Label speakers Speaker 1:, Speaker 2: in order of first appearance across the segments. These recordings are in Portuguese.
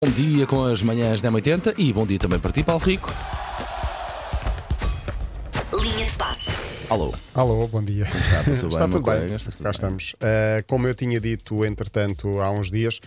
Speaker 1: Bom dia com as manhãs da 80 e bom dia também para ti, Paulo Rico.
Speaker 2: Linha de passe.
Speaker 1: Alô,
Speaker 3: Alô, bom dia.
Speaker 1: está, passou
Speaker 3: Está
Speaker 1: bem, meu
Speaker 3: tudo bem,
Speaker 1: colega? Está tudo
Speaker 3: cá
Speaker 1: bem?
Speaker 3: estamos. Uh, como eu tinha dito, entretanto, há uns dias,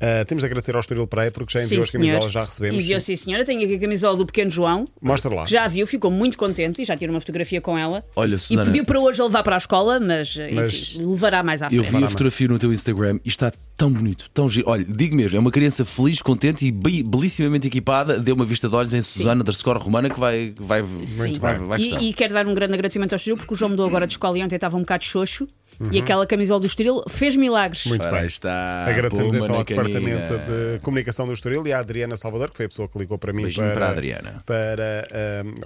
Speaker 3: uh, temos de agradecer ao Estoril Praia porque já enviou as camisolas, já recebemos.
Speaker 4: Enviou, sim, senhora. Tenho aqui a camisola do pequeno João.
Speaker 3: Mostra lá.
Speaker 4: que Já a viu, ficou muito contente e já tirou uma fotografia com ela.
Speaker 1: Olha, Susana.
Speaker 4: E pediu para hoje a levar para a escola, mas, enfim,
Speaker 3: Mas-
Speaker 4: levará mais à
Speaker 1: Eu
Speaker 4: frente.
Speaker 1: vi a fotografia no teu Instagram e está tão bonito, tão giro. Olha, digo mesmo, é uma criança feliz, contente e be- belissimamente equipada. Deu uma vista de olhos em Susana da Score Romana que vai, que vai,
Speaker 4: Sim.
Speaker 1: vai, vai gostar.
Speaker 4: e, e quero dar um grande agradecimento ao Estoril porque o João mudou agora de escola e ontem estava um bocado xoxo e aquela camisola do Estoril fez milagres.
Speaker 3: Uhum. Muito
Speaker 1: Ora,
Speaker 3: bem.
Speaker 1: aí está.
Speaker 3: Agradecemos
Speaker 1: Puma
Speaker 3: então
Speaker 1: na
Speaker 3: ao
Speaker 1: canina.
Speaker 3: Departamento de Comunicação do Estoril e à Adriana Salvador, que foi a pessoa que ligou para mim
Speaker 1: Beijinho
Speaker 3: para,
Speaker 1: para a Adriana.
Speaker 3: para,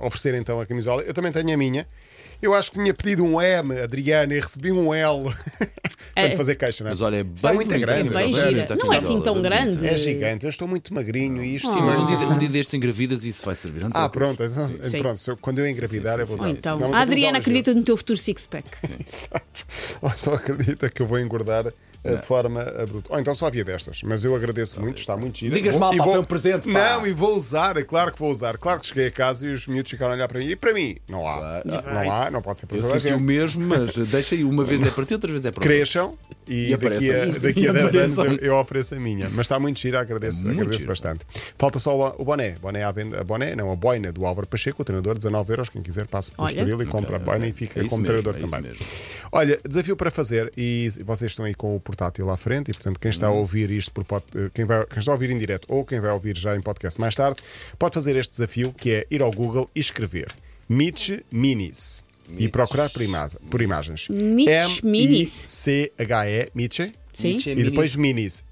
Speaker 3: um, oferecer então a camisola. Eu também tenho a minha. Eu acho que tinha pedido um M, Adriana, e recebi um L. Tenho que fazer queixa, não é?
Speaker 1: Mas olha, é bem
Speaker 3: Está muito
Speaker 1: bonita,
Speaker 3: grande.
Speaker 1: é
Speaker 4: Bem
Speaker 1: Mas olha,
Speaker 4: gira.
Speaker 1: está
Speaker 4: Não é
Speaker 1: aqui
Speaker 4: assim
Speaker 1: a
Speaker 4: tão
Speaker 1: bola, bonita.
Speaker 4: grande.
Speaker 3: É gigante. Eu estou muito magrinho e isto.
Speaker 1: Sim, mas um
Speaker 3: não-
Speaker 1: dia, um dia destes engravidas isso vai servir. Não é? te
Speaker 3: Ah,
Speaker 1: preocupes.
Speaker 3: pronto, então-
Speaker 4: Sim.
Speaker 3: pronto. se eu- Quando eu engravidar,
Speaker 1: sim,
Speaker 3: eu vou
Speaker 1: sim,
Speaker 4: Ou
Speaker 3: usar.
Speaker 4: então,
Speaker 3: Não, mas
Speaker 4: a
Speaker 3: eu
Speaker 4: Adriana
Speaker 3: vou usar hoje.
Speaker 4: acredita no teu futuro six-pack.
Speaker 3: Exato. Ou então acredita que eu vou engordar eh, de forma eh, brutal. Ou então só havia destas, mas eu agradeço muito, está muito giro.
Speaker 1: Digas mal, pá, foi um presente, pá.
Speaker 3: Não, e vou usar, é claro que vou usar. Claro que cheguei a casa e os miúdos ficaram a olhar para mim. E para mim, não há.
Speaker 1: Claro.
Speaker 3: Não há, não pode ser É para
Speaker 1: Eu
Speaker 3: toda a
Speaker 1: senti o
Speaker 3: gente.
Speaker 1: mesmo, mas deixa aí, uma vez é para ti, outra vez é para ti.
Speaker 3: Cresçam e,
Speaker 1: E
Speaker 3: daqui, a,
Speaker 1: apareçam.
Speaker 3: daqui a
Speaker 1: E
Speaker 3: 10 anos eu,
Speaker 1: apareçam.
Speaker 3: eu ofereço a minha. Mas está muito giro, agradeço,
Speaker 1: muito
Speaker 3: agradeço
Speaker 1: giro.
Speaker 3: bastante. Falta só o- o boné. boné à venda, a boné, não, a boina do Álvaro Pacheco, o treinador, 19 euros. Quem quiser, passa pelo
Speaker 4: Olha.
Speaker 3: Estoril e compra a boina e fica
Speaker 1: É isso
Speaker 3: como
Speaker 1: mesmo,
Speaker 3: treinador
Speaker 1: é isso
Speaker 3: também.
Speaker 1: mesmo.
Speaker 3: Olha, desafio para fazer, e vocês estão aí com o portátil à frente, e portanto, quem está a ouvir isto por pod- eh, quem, vai, quem está a ouvir em direto ou quem vai ouvir já em podcast mais tarde, pode fazer este desafio que é ir ao Google e escrever Mitch Minis e procurar por, ima- por imagens.
Speaker 4: Mitch Minis.
Speaker 3: M-I-C-H-E, Mitch.
Speaker 4: Sim.
Speaker 1: Mitch.
Speaker 3: E depois Minis.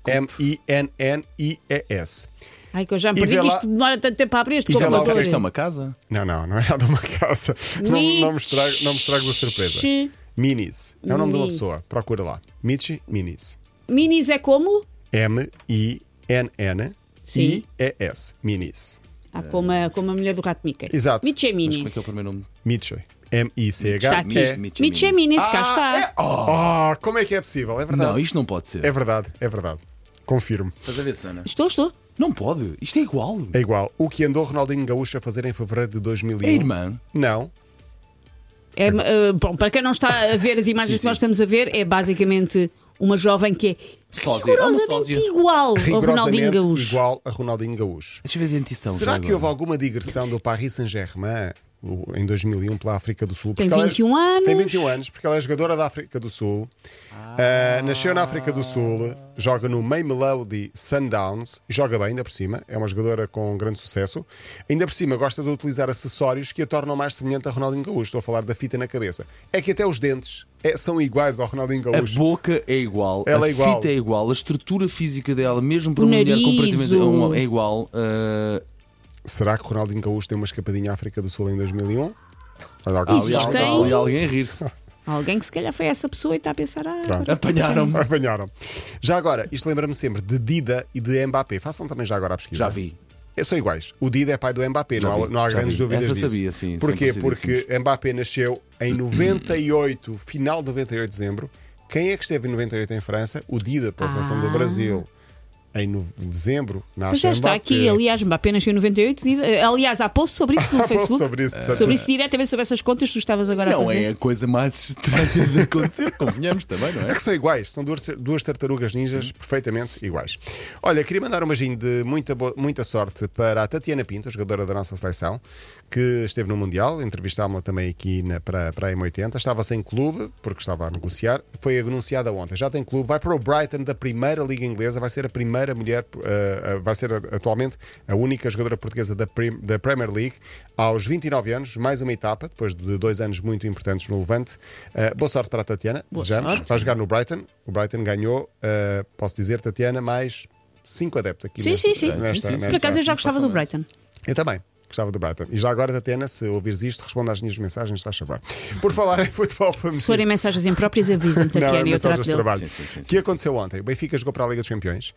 Speaker 3: M-I-N-N-I-E-S.
Speaker 4: Ai, que eu já
Speaker 3: E
Speaker 4: me perdi
Speaker 3: vê
Speaker 4: que
Speaker 3: lá-
Speaker 4: isto demora tanto tempo a abrir este
Speaker 3: E vê lá o
Speaker 4: computador.
Speaker 3: que
Speaker 1: Isto é uma casa?
Speaker 3: Não, não, não é nada uma casa. Não, não, me estrago, não me estrago da surpresa.
Speaker 4: Mitch.
Speaker 3: Minis. É o nome de uma
Speaker 4: Mi.
Speaker 3: pessoa. Procura lá. Mitch Minis.
Speaker 4: Minis é como? Sim.
Speaker 3: M-I-N-N-I-E-S. Minis.
Speaker 4: Ah, como, a, como a mulher do rato Mickey.
Speaker 3: Exato.
Speaker 4: Mitch
Speaker 1: Mas
Speaker 4: é
Speaker 1: como é
Speaker 4: Minis.
Speaker 1: que é o primeiro nome?
Speaker 3: Mitch. M-I-C-H.
Speaker 4: Está Tá aqui.
Speaker 3: É.
Speaker 1: Mitch-
Speaker 4: Mitch é Minis, cá está.
Speaker 3: Oh, como é que é possível? É verdade.
Speaker 1: Não, isto não pode ser.
Speaker 3: É verdade, é verdade. Confirmo.
Speaker 1: Estás a ver, Susana?
Speaker 4: Estou, estou.
Speaker 1: Não pode. Isto é igual.
Speaker 3: É igual. O que andou Ronaldinho Gaúcho a fazer em fevereiro de 2001?
Speaker 1: É irmã.
Speaker 3: Não.
Speaker 4: É, eh, bom, para quem não está a ver as imagens
Speaker 1: Sim,
Speaker 4: que nós
Speaker 1: sim.
Speaker 4: estamos a ver, é basicamente uma jovem que é
Speaker 1: Sósia. É uma
Speaker 4: rigorosamente
Speaker 1: sósia.
Speaker 4: igual ao Ronaldinho
Speaker 3: Rigorosamente
Speaker 4: Gaúcho.
Speaker 3: igual a Ronaldinho Gaúcho.
Speaker 1: Deixa eu ver a dentição.
Speaker 3: Será
Speaker 1: já
Speaker 3: que
Speaker 1: agora.
Speaker 3: houve alguma digressão do Paris Saint-Germain o- em 2001 pela África do Sul?
Speaker 4: Tem
Speaker 3: Porque ela é-
Speaker 4: 21 anos.
Speaker 3: Tem 21 anos, porque ela é jogadora da África do Sul. Ah, nasceu na África do Sul, joga no Mamelodi Sundowns, joga bem ainda por cima, é uma jogadora com grande sucesso. Ainda por cima gosta de utilizar acessórios que a tornam mais semelhante a Ronaldinho Gaúcho. Estou a falar da fita na cabeça. É que até os dentes é- são iguais ao Ronaldinho
Speaker 1: A
Speaker 3: Gaúcho.
Speaker 1: boca é igual,
Speaker 3: Ela
Speaker 1: a
Speaker 3: é igual.
Speaker 1: fita é igual, a estrutura física dela, mesmo para
Speaker 4: O
Speaker 1: uma mulher
Speaker 4: nariz,
Speaker 1: comparativamente a
Speaker 4: o-
Speaker 1: uma, é igual. ah,
Speaker 3: Será que o Ronaldinho Gaúcho tem uma escapadinha à África do Sul em 2001? Olha lá,
Speaker 1: há ali,
Speaker 4: Existem-
Speaker 1: há ali alguém a rir-se.
Speaker 4: Alguém que se calhar foi essa pessoa e está a pensar, ah,
Speaker 3: Pronto.
Speaker 1: Apanharam-me.
Speaker 3: Apanharam. Já agora, isto lembra-me sempre de Dida e de Mbappé. Façam também já agora a pesquisa.
Speaker 1: Já vi.
Speaker 3: É, São iguais. O Dida é pai do Mbappé,
Speaker 1: Já
Speaker 3: não há,
Speaker 1: vi,
Speaker 3: não há
Speaker 1: já
Speaker 3: grandes
Speaker 1: vi.
Speaker 3: dúvidas
Speaker 1: Essa
Speaker 3: disso.
Speaker 1: sabia, sim,
Speaker 3: Porquê?
Speaker 1: sempre
Speaker 3: Porque Mbappé nasceu em 98, final de 98 de dezembro. Quem é que esteve em 98 em França? O Dida, pela seleção do
Speaker 4: Ah.
Speaker 3: Brasil. Em no- dezembro, nasce
Speaker 4: Mas já é, está
Speaker 3: Mbappé.
Speaker 4: aqui, aliás, Mbappé nasceu em 98. diz- eh, Aliás, há post sobre isso no
Speaker 3: Há post
Speaker 4: Facebook.
Speaker 3: sobre
Speaker 1: É.
Speaker 3: isso, portanto, é
Speaker 4: sobre isso diretamente, sobre essas contas que tu estavas agora a
Speaker 1: Não
Speaker 4: fazer.
Speaker 1: é a coisa mais estranha de acontecer, convenhamos também, não
Speaker 3: É
Speaker 1: é?
Speaker 3: que são iguais, são duas, duas tartarugas ninjas perfeitamente iguais. Olha, queria mandar um beijinho de muita, bo- muita sorte para a Tatiana Pinto, jogadora da nossa seleção, que esteve no Mundial, entrevistámos-la também aqui na, para, para a M80. Estava sem clube, porque estava a negociar, foi anunciada ontem. Já tem clube, vai para o Brighton da primeira Liga Inglesa, vai ser a primeira mulher, eh, eh, vai ser a- atualmente a única jogadora portuguesa da, Prim- da Premier League, aos 29 anos, mais uma etapa, depois de dois anos muito importantes no Levante. Eh, boa sorte para a Tatiana,
Speaker 4: Boa
Speaker 3: desejamos.
Speaker 4: sorte.
Speaker 3: Vai jogar no Brighton. O Brighton ganhou, eh, posso dizer, Tatiana, mais 5 adeptos aqui.
Speaker 4: Sim,
Speaker 3: nesta-
Speaker 4: sim, sim.
Speaker 3: nesta-
Speaker 1: Sim, sim, sim.
Speaker 3: nesta-
Speaker 4: Por acaso eu já
Speaker 1: Não
Speaker 4: gostava
Speaker 1: passa
Speaker 4: do Brighton.
Speaker 3: Eu também. Gostava do Brighton. E já agora, Tatiana, se ouvires isto, responda às minhas mensagens, estás a favor. Por falar em futebol feminino.
Speaker 4: Se forem mensagens impróprias, avisam-me,
Speaker 3: Não,
Speaker 4: Tatiana, eu
Speaker 3: mensagens
Speaker 4: trato
Speaker 3: de
Speaker 4: dele.
Speaker 3: trabalho.
Speaker 1: Sim, sim, sim,
Speaker 3: o
Speaker 1: sim,
Speaker 3: que aconteceu ontem? O Benfica jogou para a Liga dos Campeões,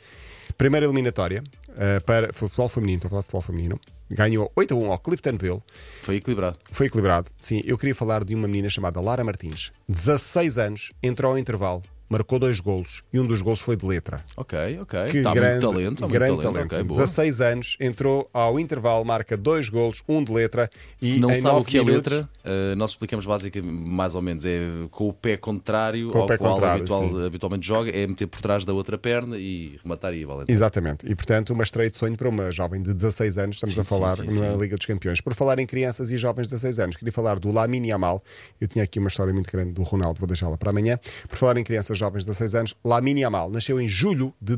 Speaker 3: primeira eliminatória eh, para futebol feminino, estou a falar de futebol feminino, ganhou 8 a 1 ao Cliftonville,
Speaker 1: Foi equilibrado.
Speaker 3: foi equilibrado. Sim, eu queria falar de uma menina chamada Lara Martins, 16 anos, entrou ao intervalo marcou dois golos e um dos golos foi de letra.
Speaker 1: Ok, ok.
Speaker 3: Que
Speaker 1: Está
Speaker 3: grande,
Speaker 1: Tá muito talento. Está muito
Speaker 3: grande
Speaker 1: talento. ok, boa.
Speaker 3: 16 anos, entrou ao intervalo, marca dois golos, um de letra e
Speaker 1: Se não
Speaker 3: em
Speaker 1: sabe o
Speaker 3: nove
Speaker 1: que é
Speaker 3: minutos-
Speaker 1: letra, eh, nós explicamos basicamente, mais ou menos, é com o pé contrário
Speaker 3: Com o
Speaker 1: ao
Speaker 3: pé
Speaker 1: qual
Speaker 3: contrário,
Speaker 1: habitual-
Speaker 3: sim.
Speaker 1: habitualmente joga, é meter por trás da outra perna e rematar e valente.
Speaker 3: Exatamente, e portanto uma estreia de sonho para uma jovem de 16 anos, estamos
Speaker 1: Sim,
Speaker 3: a falar
Speaker 1: sim, sim,
Speaker 3: na
Speaker 1: sim.
Speaker 3: Liga dos Campeões. Por falar em crianças e jovens de 16 anos, queria falar do Lamine Yamal, eu tinha aqui uma história muito grande do Ronaldo, vou deixá-la para amanhã. Por falar em crianças jovens de 16 anos, Lamine Yamal nasceu em julho de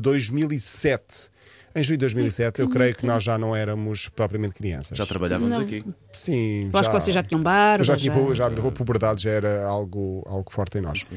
Speaker 3: 2007. Em julho de 2007, eu creio que nós já não éramos propriamente crianças.
Speaker 1: Já trabalhávamos
Speaker 4: Não.
Speaker 1: aqui.
Speaker 3: Sim,
Speaker 4: Eu acho que vocês já tinham barba.
Speaker 3: eu já, tinha
Speaker 4: já-
Speaker 3: pu- já, a puberdade já era algo, algo forte em nós.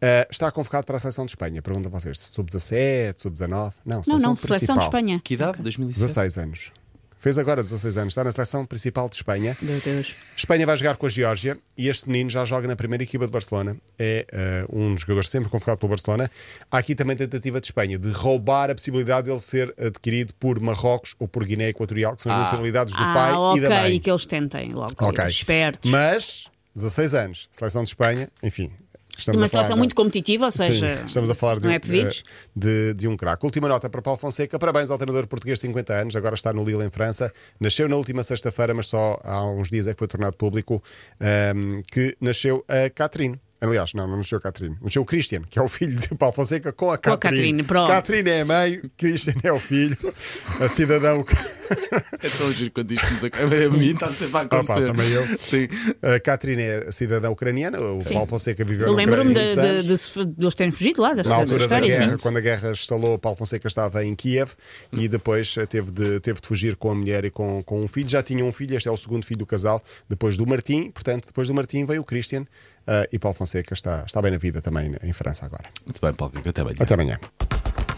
Speaker 3: Eh, está convocado para a seleção de Espanha. Pergunto a vocês: sub-17, sub-19? Não, seleção
Speaker 4: Não, não,
Speaker 3: principal.
Speaker 4: seleção de Espanha.
Speaker 1: Que idade? 2007?
Speaker 3: 16 anos. Fez agora 16 anos. Está na seleção principal de Espanha.
Speaker 4: Meu Deus.
Speaker 3: Espanha vai jogar com a Geórgia e este menino já joga na primeira equipa de Barcelona. É eh, um jogador sempre convocado pelo Barcelona. Há aqui também tentativa de Espanha de roubar a possibilidade de ele ser adquirido por Marrocos ou por Guiné Equatorial, que são as nacionalidades do
Speaker 4: ah,
Speaker 3: pai
Speaker 4: ok,
Speaker 3: e da mãe.
Speaker 4: que eles tentem logo.
Speaker 3: Ok.
Speaker 4: Espertos.
Speaker 3: Mas, 16 anos, seleção de Espanha, enfim. Estamos
Speaker 4: Uma
Speaker 3: a falar
Speaker 4: seleção
Speaker 3: de-
Speaker 4: muito competitiva, ou seja,
Speaker 3: Sim, estamos a falar de,
Speaker 4: não
Speaker 3: um-
Speaker 4: é pedidos.
Speaker 3: de, de um craque. Última nota para Paulo Fonseca. Parabéns ao treinador português de 50 anos, agora está no Lille, em França. Nasceu na última sexta-feira, mas só há uns dias é que foi tornado público ahm, que nasceu a Catrine. Aliás, não, não nasceu a Catrine. Nasceu o Christian, que é o filho de Paulo Fonseca, com a
Speaker 4: Com a
Speaker 3: Catrine.
Speaker 4: Catrine, pronto.
Speaker 3: Catrine é a mãe, Christian é o filho. A cidadão...
Speaker 1: É tão giro quando isto nos acontece. A mim está sempre a acontecer.
Speaker 3: também eu.
Speaker 1: Sim.
Speaker 3: A Catrine é a cidadã ucraniana, o Paulo Fonseca viveu
Speaker 4: Eu
Speaker 3: na
Speaker 4: lembro-me
Speaker 3: Ucrânia
Speaker 4: de,
Speaker 3: muitos
Speaker 4: de,
Speaker 3: anos.
Speaker 4: de se- de eles terem fugido lá,
Speaker 3: Na
Speaker 4: dessa dessa
Speaker 3: altura da
Speaker 4: história,
Speaker 3: guerra,
Speaker 4: sim.
Speaker 3: quando a guerra estalou, Paulo Fonseca estava em Kiev e depois eh, teve de, teve de fugir com a mulher e com, com um filho. Já tinha um filho, este é o segundo filho do casal, depois do Martim. Portanto, depois do Martim veio o Christian eh, e Paulo Fonseca está, está bem na vida também em França agora.
Speaker 1: Muito bem, Paulo, Rico, até amanhã.
Speaker 3: Até amanhã.